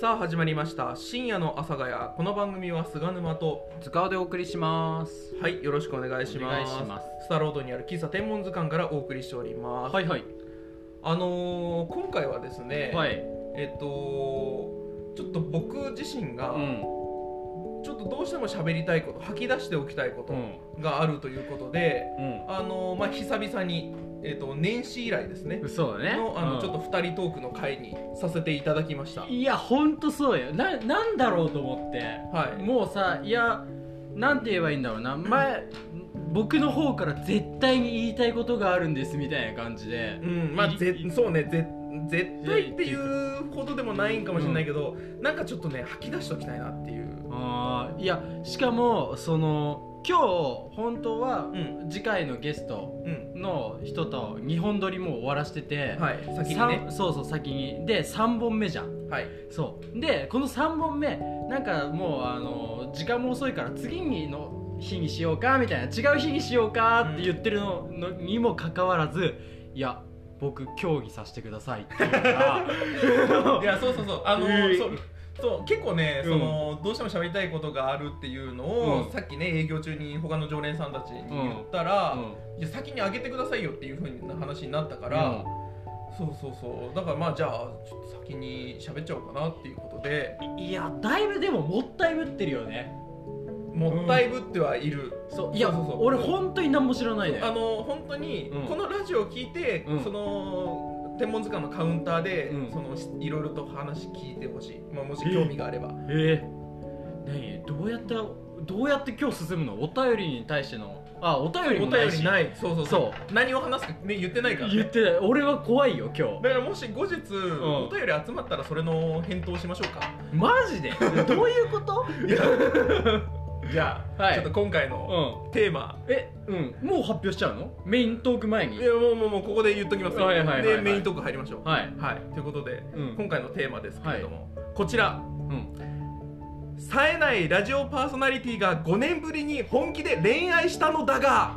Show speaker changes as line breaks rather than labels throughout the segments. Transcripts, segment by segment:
さあ始まりました深夜の阿佐ヶ谷この番組は菅沼と
塚尾でお送りします
はいよろしくお願いします
お願いします
スターロードにある喫茶天文図鑑からお送りしております、
はいはい
あのー今回はですね、
はい
えっとちょっと僕自身が、
うん
ちょっとどうしても喋りたいこと吐き出しておきたいこ
う
と
ん
があるということで、
うん
あのーまあ久々に、えっと年始以来ですね
そうだね
のあの、
うん
ちょっと2人トークの会にさせていただきました
いやほんとそうよななんだろうと思って、
はい
もうさいやなんて言えばいいんだろうな前僕の方から絶対に言いたいことがあるんですみたいな感じで
うんまあ
い
ぜ
い
そうねぜ絶対っていうほどでもないんかもしれないけど、なんかちょっとね吐き出しておきたいなっていう
あーいやしかもその今日本当は
ん
次回のゲスト
うん
の人と2本撮りもう終わらせてて、
はい先にね
三そうそう先にで3本目じゃん
はい
そうでこの3本目なんかもうあの時間も遅いから次の日にしようかみたいな違う日にしようかって言ってるの,、のにもかかわらずいや僕協議させてくださいって言うから
いやそうそうそうあの、
えー
そうそう結構ね、
うん
そのどうしても喋りたいことがあるっていうのを、
うん
さっきね営業中に他の常連さんたちに言ったら、いや先にあげてくださいよっていうふうな話になったから、そうそうそうだからまあじゃあちょっと先に喋っちゃおうかなっていうことで
うんいやだいぶでももったいぶってるよね
もったいぶってはいる、
そういや
そうそうそう
俺本当に何も知らないの
あ
よ
の本当に
うん
このラジオを聞いて、
うん
その天文図鑑のカウンターで、
うん
そのしいろいろと話聞いてほしい、まあ、もし興味があれば、
ええ何どうやってどうやって今日進むのお便りに対してのあお便りも
お
ない
便
し
りないそうそうそう
そ
何を話すか、ね、言ってないから、
言
ね
っ、てない俺は怖いよ今日
だからもし後日、
ん
お便り集まったらそれの返答しましょうか
マジで どういうこと
じゃあ、
はい
ちょっと今回の
う
テーマ、
んえうんもう発表しちゃうのメイントーク前に
いやもうもうもうここで言っときますよ、
はいはいはいはい
でメイントーク入りましょう
はい
はい、ということで、
うん
今回のテーマですけれども、こちら
うん
冴えないラジオパーソナリティが5年ぶりに本気で恋愛したのだが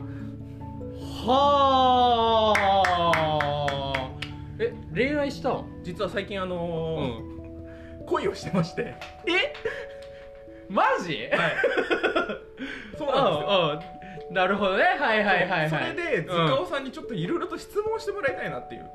はあえ恋愛したん
実は最近あ
う
のー恋をしてまして
えマジ
はい そうなんですよ
ああなるほどねはいはいはい
そ
は
れ
い
で
うん
塚尾さんにちょっといろいろと質問してもらいたいなっていう、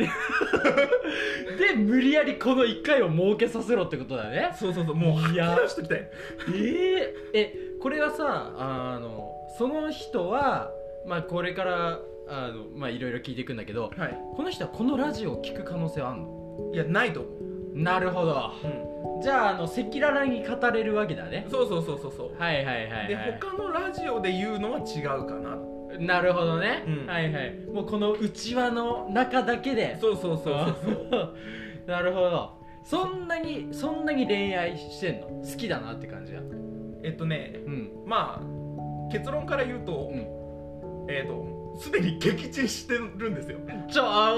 で無理やりこの1回を設けさせろってことだね
そうそうそうもう吐き
いや
出しときたい
えー、えこれはさあのその人はまあこれからあのまあいろいろ聞いていくんだけど
はい
この人はこのラジオを聞く可能性はあんの
いやないと思う、
なるほど
うん
じゃああの赤裸々に語れるわけだね
そうそうそうそうそう、
はいはいはい、は、
で他のラジオで言うのは違うかない
なるほどね、
うん
はいはいもうこの内輪の中だけで
そうそうそうそうそう
う なるほどそんなにそんなに恋愛してんの好きだなって感じだう
えっとね
ん
まあ結論から言うと、
うん
えっ、とすでに撃沈してるんですよ
ちょあ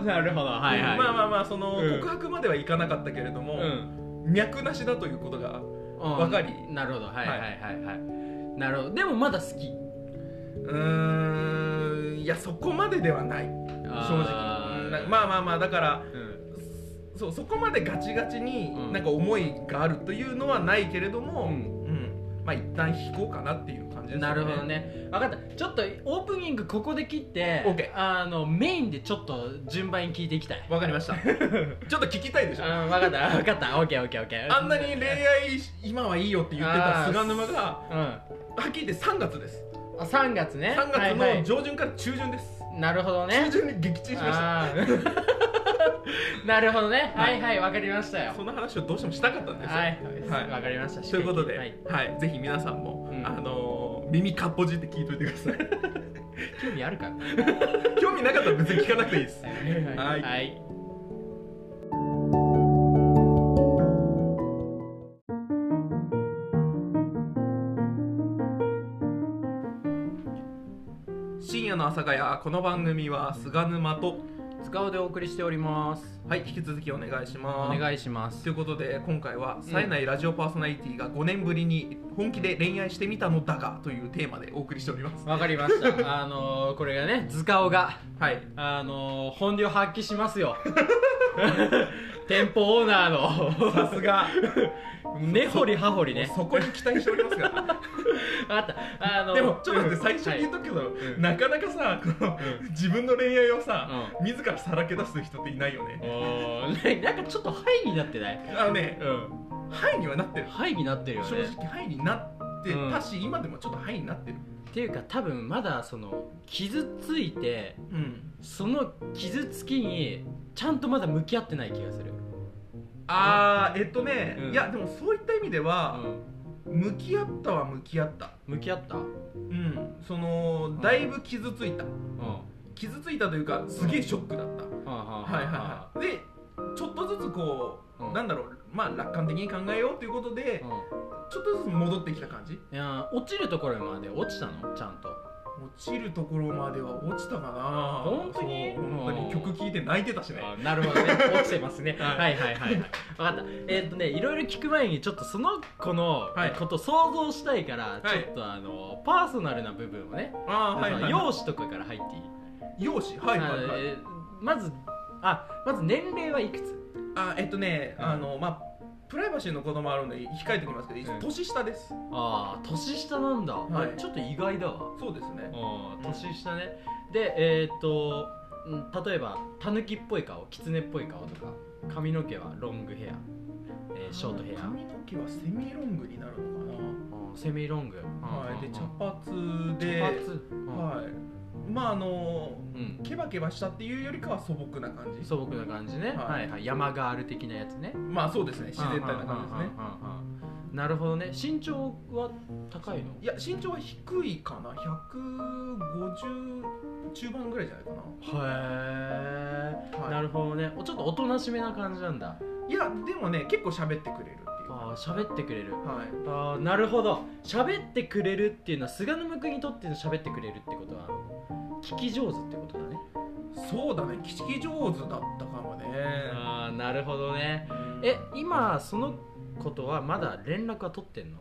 おーなるほどはいはい
まあまあまあその、
うん
告白まではいかなかったけれども、
うん
脈なしだということが
わ
わかり
なるほどはいはいはいはいなるほどでもまだ好き
うーんいやそこまでではない
正
正直うんなまあまあまあだから
うん
そうそこまでガチガチに
うん
なんか思いがあるというのはないけれども、う
うんん
まあ一旦引こうかなっていう感じですよね
なるほどね分かったちょっとオープニングここで切って、
OK
あのメインでちょっと順番に聞いていきたい
わかりま したちょっと聞きたいでしょ
うん分かった分かった OKOKOK
あんなに恋愛し今はいいよって言ってた菅沼がは
うんあ
っきり言って3月です
3月ね
3
は
月
いはい
の上旬から中旬です、
なるほどね
中旬に撃沈しました
あー なるほどねはいはい分かりましたよ
その話をどうしてもしたかったんですよ、
はい
は
はいい分かりました
ということで、
は
はいぜひ皆さんも、
うん
あのー耳かっぽじって聞いといてください
興味あるかな
興味なかったら別に聞かなくていいですはい
はい。
深夜の朝ヶ谷この番組は菅沼と
使うでお送りしております。
はい引き続きお願いし
お
ます
願いします
とい。うことで今回は冴えないラジオパーソナリティが5年ぶりに本気で恋愛してみたのだがというテーマでお送りしております
わかりま した。あのー、これがね、図鑑が、
はい
あのー、本領発揮しますよ。店舗オーナー
さすが
の 根掘り葉掘り
もう
ね
そこに期待しておりますが
あったあの
でもちょっと待って最
うん
初に言っとくけど、
ん
なかなかさこの
う
自分の恋愛をさ、自らさらけ出す人っていないよね、
はいうん、おーななんかちょっとハイになってない
あのね
うん
ハイにはなってる
ハイになってるよね
正直ハイになって
うん
たし、今でもちょっとハイになってる
っていうか多分まだその傷ついて
うん
その傷つきにちゃんとまだ向き合ってない気がする
あーえっとね、
うん
いやでもそういった意味で
う
は、
ん
向き合ったは向き合った
向き合ったうん
うんそのだいぶ傷ついた
は
傷ついたというかすげえショックだった、
あは
はいはいはいでちょっとずつこう、
うん
なんだろうまあ楽観的に考えようということで、
う
ちょっとずつ戻ってきた感じ
んいやー落ちるところまで落ちたのちゃんと
落ちるところまでは落ちたかな
本当に
そう本当
うん
に曲聴いて泣いてたしね
あなる ほどね落ちてますねは
はいい
はいはいはい分かったえっ、とねいろいろ聞く前にちょっとその子の
はい
こと想像したいから、
はい
ちょっとあのパーソナルな部分をね、
あー
その容姿とかから入っていい、
容姿はいはいはい
あえーまずあまず年齢はいくつ
あえっとね、
うん
あのまあプライバシーのこともあるので控えておきますけど、
うん
年下です
ああ年下なんだ、
はい
ちょっと意外だわ
そうですね
あ
ん
ー年下ね、でえっ、とん例えばタヌキっぽい顔キツネっぽい顔とか髪の毛はロングヘア、えーショートヘア
髪の毛はセミロングになるのか
うんセミロング、
な、はいで
うん
茶髪で
茶髪、
はいまああの
うん
ケバケバしたっていうよりかは素朴な感じ
素朴な感じね、は
はいい
はい山ガール的なやつね
まあそうですね自然体な感じですね
うんうんうんうんうんなるほどね身長は高いの
いや身長は低いかな150中盤ぐらいじゃないか
へ
な、
え
はい、
なるほどねおちょっとおとなしめな感じなんだ
いやでもね結構喋ってくれるっていう
あー喋ってくれる
はい
あーなるほど喋ってくれるっていうのは菅沼君にとっての喋ってくれるってことは聞き上手ってことだね
そうだね聞き上手だったかもね
ああなるほどねえ今そのことはまだ連絡は取ってんの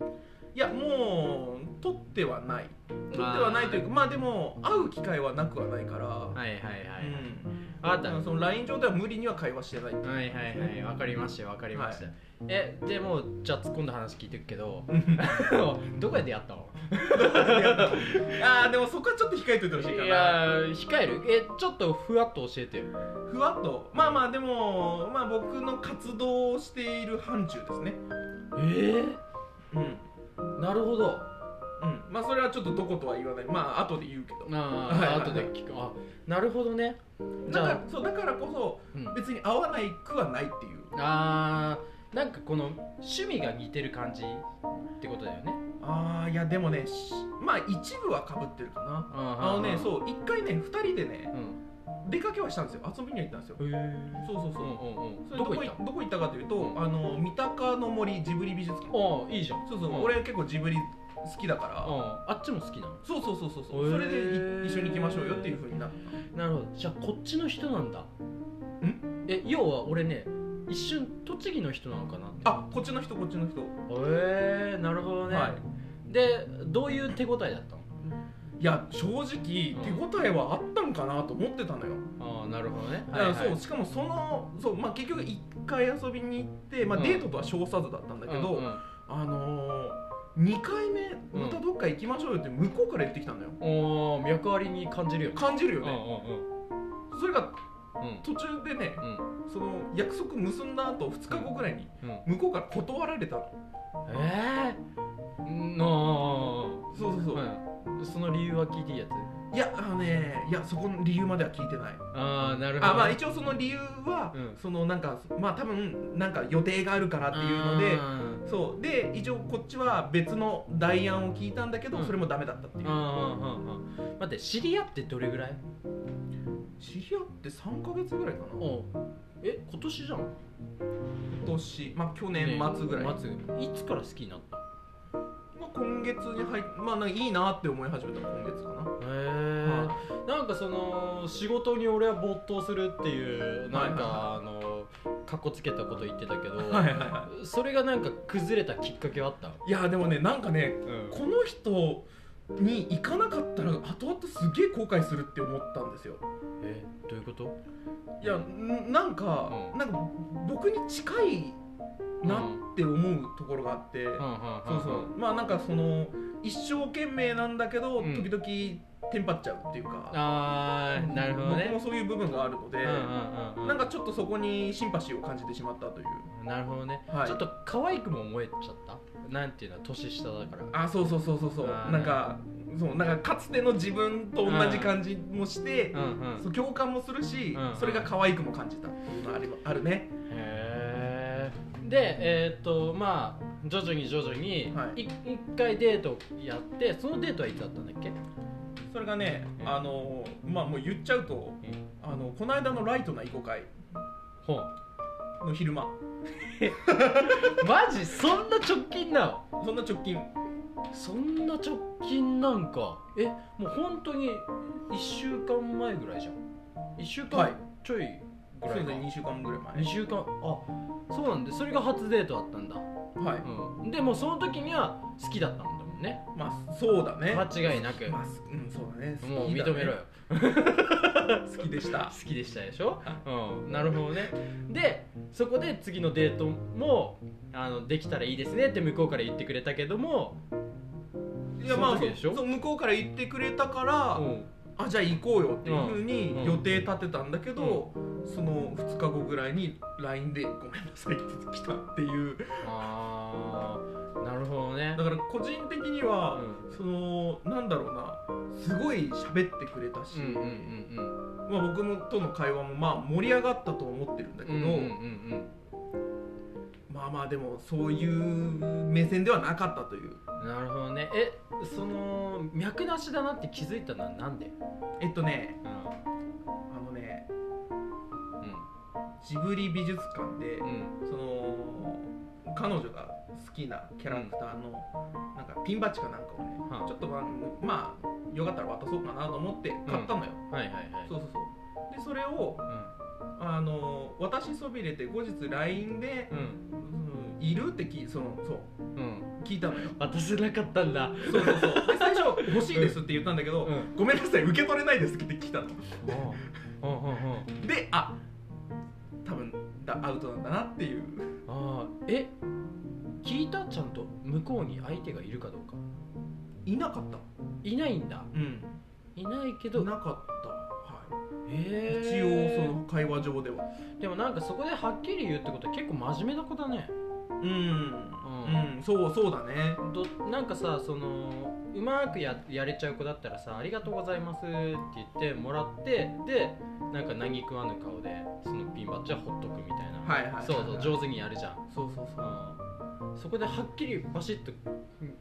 いやもう取ってはない取ってはないというかまあでも会う機会はなくはないから、
はいはいはい、
うん
あった
その LINE 上では無理には会話してない っていう
はいはいはいわかりましたよわかりました、えでもじゃあ突っ込んだ話聞いてくけど どこで出会ったの
あーでもそこはちょっと控えといてほしいかな
いやー控えるえちょっとふわっと教えてよ
ふわっとまあまあでも、まあ、僕の活動をしている範疇ですね
え
うん
ー、なるほど
うんまあそれはちょっとどことは言わないまあ後で言うけど
あ
はいはいはい
あ後で聞くあなるほどねじ
だか
ゃ
らそうだからこ
あ、うん
そ別に会わないくはないっていう
あーなんかこの趣味が似てる感じってことだよね
あーいやでもねしまあ一部はかぶってるかなあ
あ
のね
う、
そう一回ね二人でね
うん、
出かけはしたんですよ遊びには行ったんですよ
へ
そうそう
う
そ
ん
う
うんうん
それど
どこ
こ
行
行
っ
ったどこ行ったかという
う
と
ん
あの三鷹の森ジブリ美術館
のああいいじゃん
そうそう
うん
俺結構ジブリ好きだから
あああっちも好きなの
そうそうそうそうそ
へー
うそれでい一緒に行きましょうよっていうふうになっ
なるほどじゃあこっちの人なんだんえ要は俺ね一瞬栃木の人なのかなって
たあこっちの人こっちの人、
へえなるほどね、
はい
でどういう手応えだったの
いや正直手
うん
応えはあったんかなと思ってたのよ、
ああなるほどね
だからそうしかもそのそう、まあ、結局一回遊びに行って、まあ、
うん
デートとは称さずだったんだけど、あのー、2回目
ん
またどっか行きましょうよって向こうから言ってきたのよ、
おおー脈ありに感じるよね
感じるよ
うん
ね、
う
それが
んうん
途中でね
うん
その約束結んだ後2日後ぐらいに
うんうん
向こうから断られたの
ええー、なあ
そうそうそう、
うんその理由は聞いていいやつ
いやあのねいやそこの理由までは聞いてない
ああなるほど
あまあ一応その理由は、
うん
そのなんかまあ多分なんか予定があるからっていうので
あ
そうで一応こっちは別の代案を聞いたんだけど、
うん
それもダメだったってい
ー
う、
あーあーあー待って知り合ってどれぐらい
知り合って3か月ぐらいかな
おえ今年じゃん
今年まあ去年末ぐらい、
末いつから好きになった
まあ、今月に入っまあなんかいいなって思い始めたの今月かな
へえ
は
なんかその仕事に俺は没頭するっていうなんかあのかっこつけたこと言ってたけど
はいはいは
それがなんか崩れたきっかけはあった
いいやでもねなんかね
うん
この人に行かなかったら後々すげえ後悔するって思ったんですよ
えどういうこと
いやんなんか、
うん
なんか僕に近いなって思うところがあって、そうそうまあなんかその一生懸命なんだけど
うん
時々テンパっちゃうっていうか、
ああなるほど
僕も
ね
そういう部分があるので、
うんうんうんうん
なんかちょっとそこにシンパシーを感じてしまったという
なるほどね、
はい
ちょっと可愛くも思えちゃったなんていうの年下だから
あそうそうそうそうそう
あー
なんかそうなんかかつての自分と同じ感じもして、
うんうん
そう共感もするし、
うん
それが可愛くも感じたっていうのはありあるね
へえでえーっとまあ徐々に徐々に、
はい
い一回デートやってそのデートはいつだったんだっけ
それがね
うん
あのまあもう言っちゃうとあのこの間のライトな囲碁会
ほう
の昼間
マジそんな直近なの
そんな直近
そんな直近なんかえもう本当に1週間前ぐらいじゃん1週
はい
間ちょいぐ
そうで
らいか、
すね2週間ぐらい前
2週間あそうなんでそれが初デートだったんだ、
はい
うん、でもその時には好きだったんだもんね
まあそうだね
間違いなく
まあ、すうんそうだね
もう認めろよ
好きでした
好きでしたでしょ、うん、なるほどねでそこで次のデートもあのできたらいいですねって向こうから言ってくれたけども、
いやまあ
その時でしょ
そう向こうから言ってくれたから、あじゃあ行こうよっていうふう
うんう
に
ん
予定立てたんだけど、その2日後ぐらいに LINE で「ごめんなさい」って来たっていう
ああなるほどね
だから個人的には、そのなんだろうなすごい喋ってくれたし、
うんうんうん
まあ、僕もとの会話もまあ盛り上がったと思ってるんだけ
う
ど、
んうんうんうん
まあまあでもそういう目線ではなかったという
うんなるほどねえその脈なしだなって気づいたのはなんで
えっとね
うん
あのねジブリ美術館で、
うん
その彼女が好きなキャラクターの、なんかピンバッジかなんかをね
は
ちょっとまあまあよかったら渡そうかなと思って買ったのよ、
あはいはいはい
そうそうそうでそれをあの渡しそびれて後日 LINE で
う、ん
うんいる?」って聞いそのそう
うんうん
聞いたのよ
渡せなかったんだ
そうそうそうで最初「欲しいです」って言ったんだけど「
うん
ごめんなさい受け取れないです」って聞いたの
うんうんうんうん
であ多分だアウトなんだなっていう
ああえ聞いたちゃんと向こうに相手がいるかどうか
いなかった
いないんだ
うん
いないけ
い
ど
なかったはい一応
へ
その会話上では
でもなんかそこではっきり言うってことは結構真面目な子だね
うん、うんそうそうだね
どなんかさそのうまくややれちゃう子だったらさ「ありがとうございます」って言ってもらってでなんか何食わぬ顔でそのピンバッジはほっとくみたいな、
はいはいはいはい
そうそう上手にやるじゃん、
そうそうそう
うんそこではっきりバシッとうん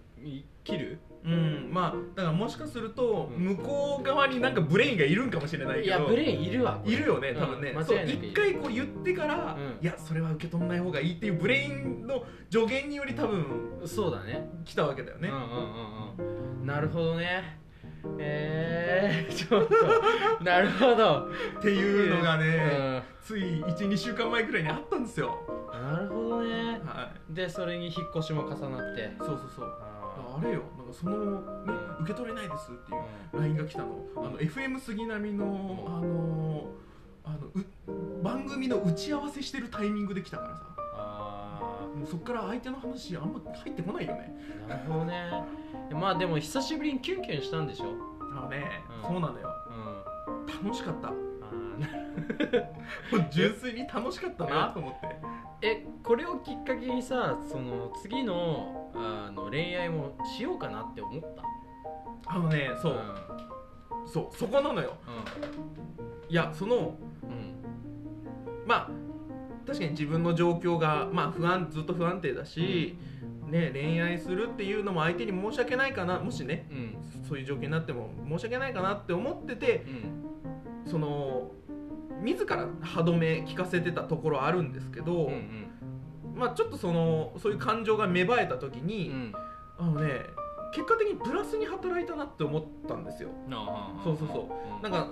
切る
うんまあだからもしかすると
うん
向こう側になんかブレインがいるんかもしれないけど
いやブレインいるわこれ
いるよね多分ね、
うん
そう
間違いなくいる
一回こう言ってから、
うん
いやそれは受け取んない方がいいっていうブレインの助言により多分
そうだね
来たわけだよね、
うんうんうんうんなるほどねえー、 ちょっとなるほど
っていうのがね、
うん
つい12週間前くらいにあったんですよ
なるほどね
はい
でそれに引っ越しも重なって
そうそうそう
あ
あれよなんかその、ね
う
受け取れないですっていう
ー
LINE が来たのあの FM 杉並の、
ん
あのあのう番組の打ち合わせしてるタイミングで来たからさ
あ
もうそっから相手の話あんま入ってこないよね
ーなるほどねまあでも久しぶりにキュンキュンしたんでしょうん
あのね、
うん
そうなのよ
あ
楽しかったも
ーな
う純粋に楽しかったなと思って
えこれをきっかけにさその次のあの恋愛もしようかなって思った
あのねそう、そうそこなのよいやその
うんうん
まあ確かに自分の状況が、まあ、不安ずっと不安定だし、ね、恋愛するっていうのも相手に申し訳ないかなもしね
うん
そういう状況になっても申し訳ないかなって思ってて
うん
その自ら歯止め聞かせてたところあるんですけど、
うんうん
まあ、ちょっとそのそういう感情が芽生えた時
う
に、
ん
あのね結果的にプラスに働いたなって思ったんですよ。
あー
そうそうそう
うん
なんか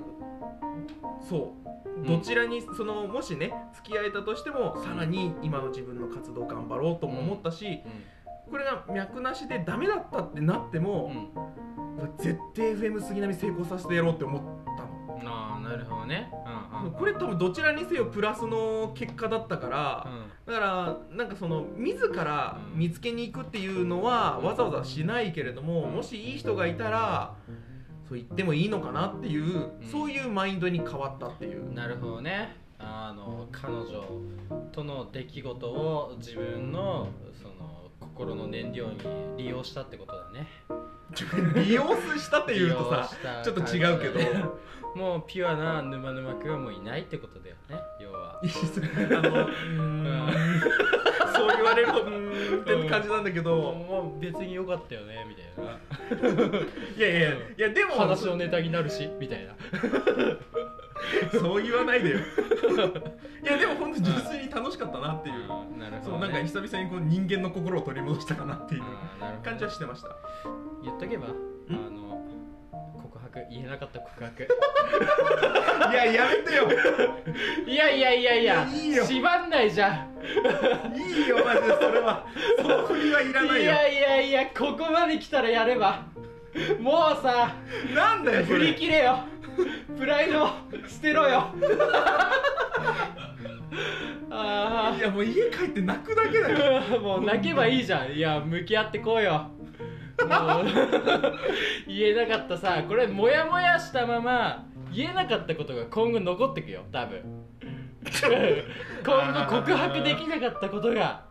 そううんどちらに、そのもしね付き合えたとしてもさらに今の自分の活動頑張ろうとも思ったし、
うん
これが脈なしでダメだったってなっても、
うん
絶対 FM 杉並成功させてやろうって思ったの
ああなるほどねうんうん
これ多分どちらにせよプラスの結果だったから、だからなんかその自ら見つけに行くっていうのはわざわざしないけれどももしいい人がいたらそう言ってもいいのかなっていう
うん
そういうマインドに変わったっていう
うん、なるほどねあの彼女との出来事を自分のその心の燃料に利用したってことだね
利用したっていうとさちょっと違うけど
もうピュアな沼沼くんはもういないってことだよね要は
あのうーんそう言われるとうーんって感じなんだけ
もう
ど
もう別に良かったよねみたいない
やいやいやでも
話のネタになるしみたいな
そう言わない でよいやでも本当純粋に楽しかったなっていう、
うんなるほ
そ
ど、
う
ね、
なんか
うん
久々にこう人間の心を取り戻したかなっていう
なるほど
感じはしてました
言っとけばあの告白言えなかった告白
いややめてよ
いやいやいやいや
いやいいよ
縛んないじゃん
いいよマジでそれはその振りはいらない
い
よ
やいやいやここまで来たらやれ ばもうさ
なんだよそ
振り
れ
切れよプライドを捨てろ よあ
いやもう家帰って泣くだけだよ
あ もう泣けばいいじゃんいや向き合ってこうよもう言えなかったさこれモヤモヤしたまま言えなかったことが今後残ってくよ多 分今後告白できなかったことが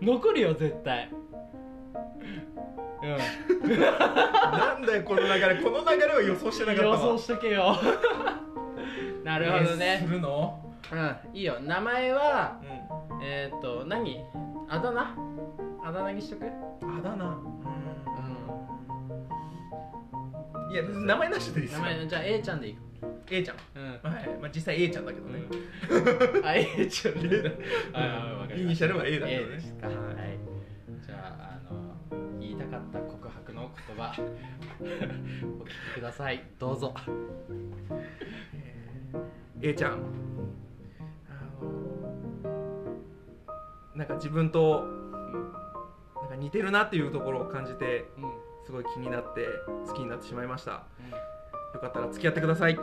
残るよ絶対うん
なんだよこの流れこの流れを予想してなかった
予
わ
想しとけ よなるほど
えす
ね、
るの
うん、いいよ名前は
う
えー、っと何あだ名あだ名にしとく
んあだ名うんいや名前なしでいいっす
名
よ
前じゃあ A ちゃんでいく
A ちゃん
うん
はい、まあ、実際 A ちゃんだけどね、
あ A ちゃんではいはいわかりました
イニシャルは A だけど
A
ね
ですか
はい
はいじゃああの言いたかった告白の言葉お聞きくださいどうぞ
A ちゃんあのなんか自分となんか似てるなっていうところを感じて
うん、うん
すごい気になって好きになってしまいましたよかったら付き合ってください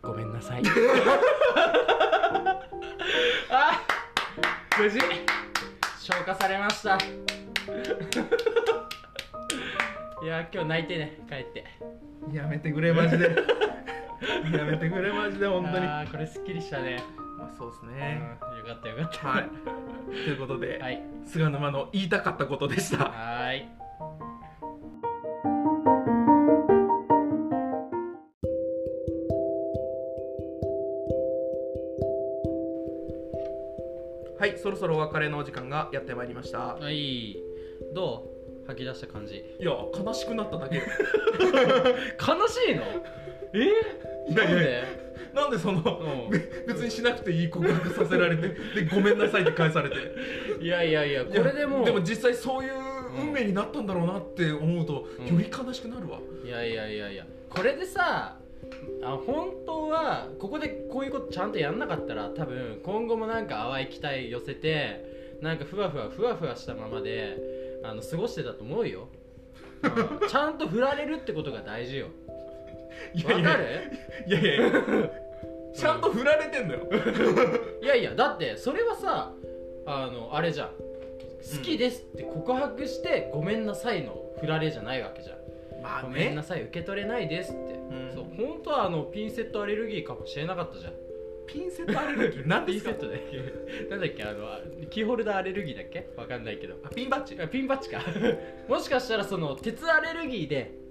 ごめんなさいあ無事消化されましたいや今日泣いてね帰って
やめてくれマジで やめてくれマジで本当に
あーこれすっきりしたね、
まあそうです
うん、
ね、
よかったよかっ
はいということで、
たはい
菅沼の言いたかったことでした
はーい
はいそろそろお別れのお時間がやってまいりました
はいどう吐き出した感じ
いや悲しくなっただ けよ
悲しいのえ
いや
ないん
や
で
なんでその、
う
別にしなくていい告白させられてでごめんなさいって返されて
いやいやいやこ
いや
れでも
でも実際そういう運命になったんだろうなって思うと、
うん
より悲しくなるわ
いやいやいやいやこれでさあ本当はここでこういうことちゃんとやんなかったら多分今後もなんか淡い期待寄せてなんかふわふわふわふわしたままであの過ごしてたと思 うよ、うんちゃんと振られるってことが大事よ
い
わ
やいや
かる
いやいやいやちゃんと振られてんだよ
いやいやだってそれはさあのあれじゃん好きですって告白してごめんなさいの振られじゃないわけじゃん
ま
ごめんなさい受け取れないですって、
ん
そう本当はあのピンセットアレルギーかもしれなかったじゃん
ピンセットアレルギーなん
ピ
で
ン
す
セ
か
ットだっけ なんだっけあのキーホルダーアレルギーだっけわかんないけど
あピンバッジ
あピンバッジか もしかしたらその鉄アレルギーで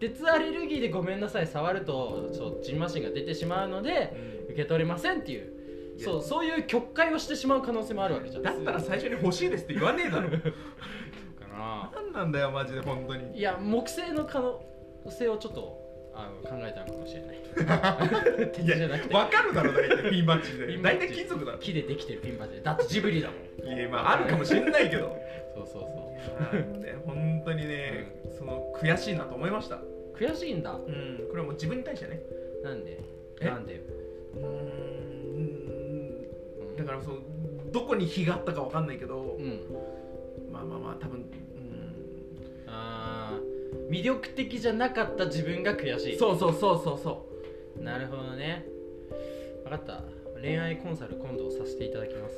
鉄アレルギーでごめんなさい触るとそうジンマシンが出てしまうので受け取れませんっていう
いや
そうそういう曲解をしてしまう可能性もあるわけじゃん
だったら最初に欲しいですって言わねえだろ
そうかな
なんなんだよマジで本当に
いや木製の可能性をちょっとあの考えたのかもしれない 鉄
い
じゃな
や
くて
わかるだろ大体ピンバッジ
ピ
で
ンバッ
大体
ジ
金属だろ
木でできてるピンバッジだってジブリだもん
いやまああるかもしんないけど
そうそうそ
なんで本当にね、その悔しいなと思いました。
う悔しいんだ
うん、これはもう自分に対してね。
なんで
え
なんでよ、
うー
うん
ん、だからそのどこに火があったかわかんないけど
う、ん
まあまあまあ多分、うん、
あー魅力的じゃなかった自分が悔しい
そうそうそうそうそう
なるほどね分かった恋愛コンサル今度させていただきます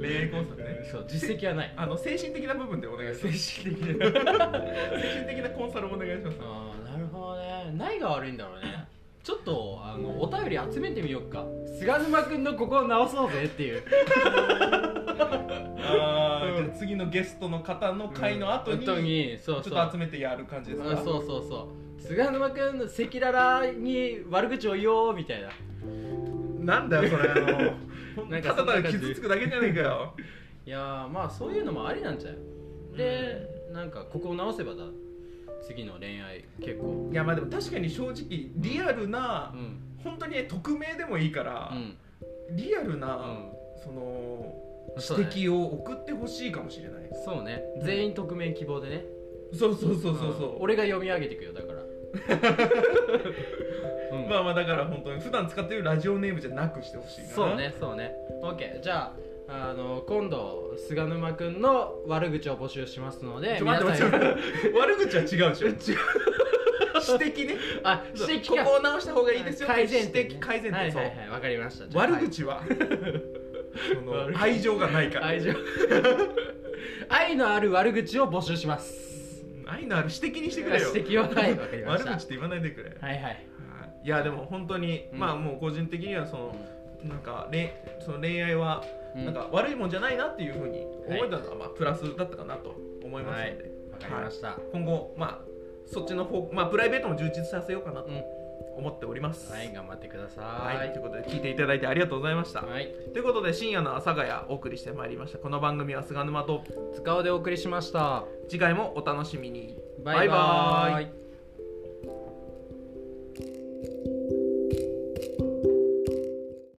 恋愛コンサルね
そう実績はない
あの精神的な部分でお願いします
神的な
精神的なコンサルお願いします
ああなるほどねないが悪いんだろう ねちょっとあのお便り集めてみようか菅沼君のここを直そうぜっていう
あ
ー
ーじゃあ次のゲストの方の回の後にちょ
後にそう
っ
そう
と集めてやる感じです
あ
か
そうそうそう菅沼君の赤裸々に悪口を言おうみたいな
なんだよそれあの
なんか
た
そ
だた
んな感
だ
じ
傷つくだけじゃないかよ
いやーまあそういうのもありなんじゃないで、なんかここを直せばだ次の恋愛結構
いやまあでも確かに正直リアルな
うん
本当にね匿名でもいいから
うん
リアル
う
なんその
そうだね
指摘を送ってほしいかもしれない
そうね
うん
全員匿名希望でね
そうそうそうそう
うん
そう
俺が読み上げていくよだから うん
まあまあだから本当に普段使ってるラジオネームじゃなくしてほしいな
そうねそうね OK じゃああの今度菅沼君の悪口を募集しますので
ちょ待って待って
皆さん
待って悪口は違うでしょ指摘ね
あ指摘か
ここを直した方がいいですよ
改善点ね
指摘改善点、
はい
そう、
はいはいわかりましたじゃあ
悪口は、 その
悪口
愛情がないから
はい愛情 愛のある悪口を募集します
愛のある指摘にして
指
くれよ
摘はないわかりま
悪
した
口って言わないでくれ、
はいはい
いやでも本当に、
うん
まあもう個人的にはそのなんか恋その恋愛は
うん
なんか悪いもんじゃないなっていうふうに思えたのはまあプラスだったかなと思いますので、
わかりました
今後まあそっちの方まあプライベートも充実させようかなと
うん
思っております、
はい頑張ってくださ
はい
い
ということで聞いていただいてありがとうございました、
はい
ということで深夜の阿佐ヶ谷お送りしてまいりましたこの番組は菅沼と
塚尾でお送りしました
次回もお楽しみに
バイバーイ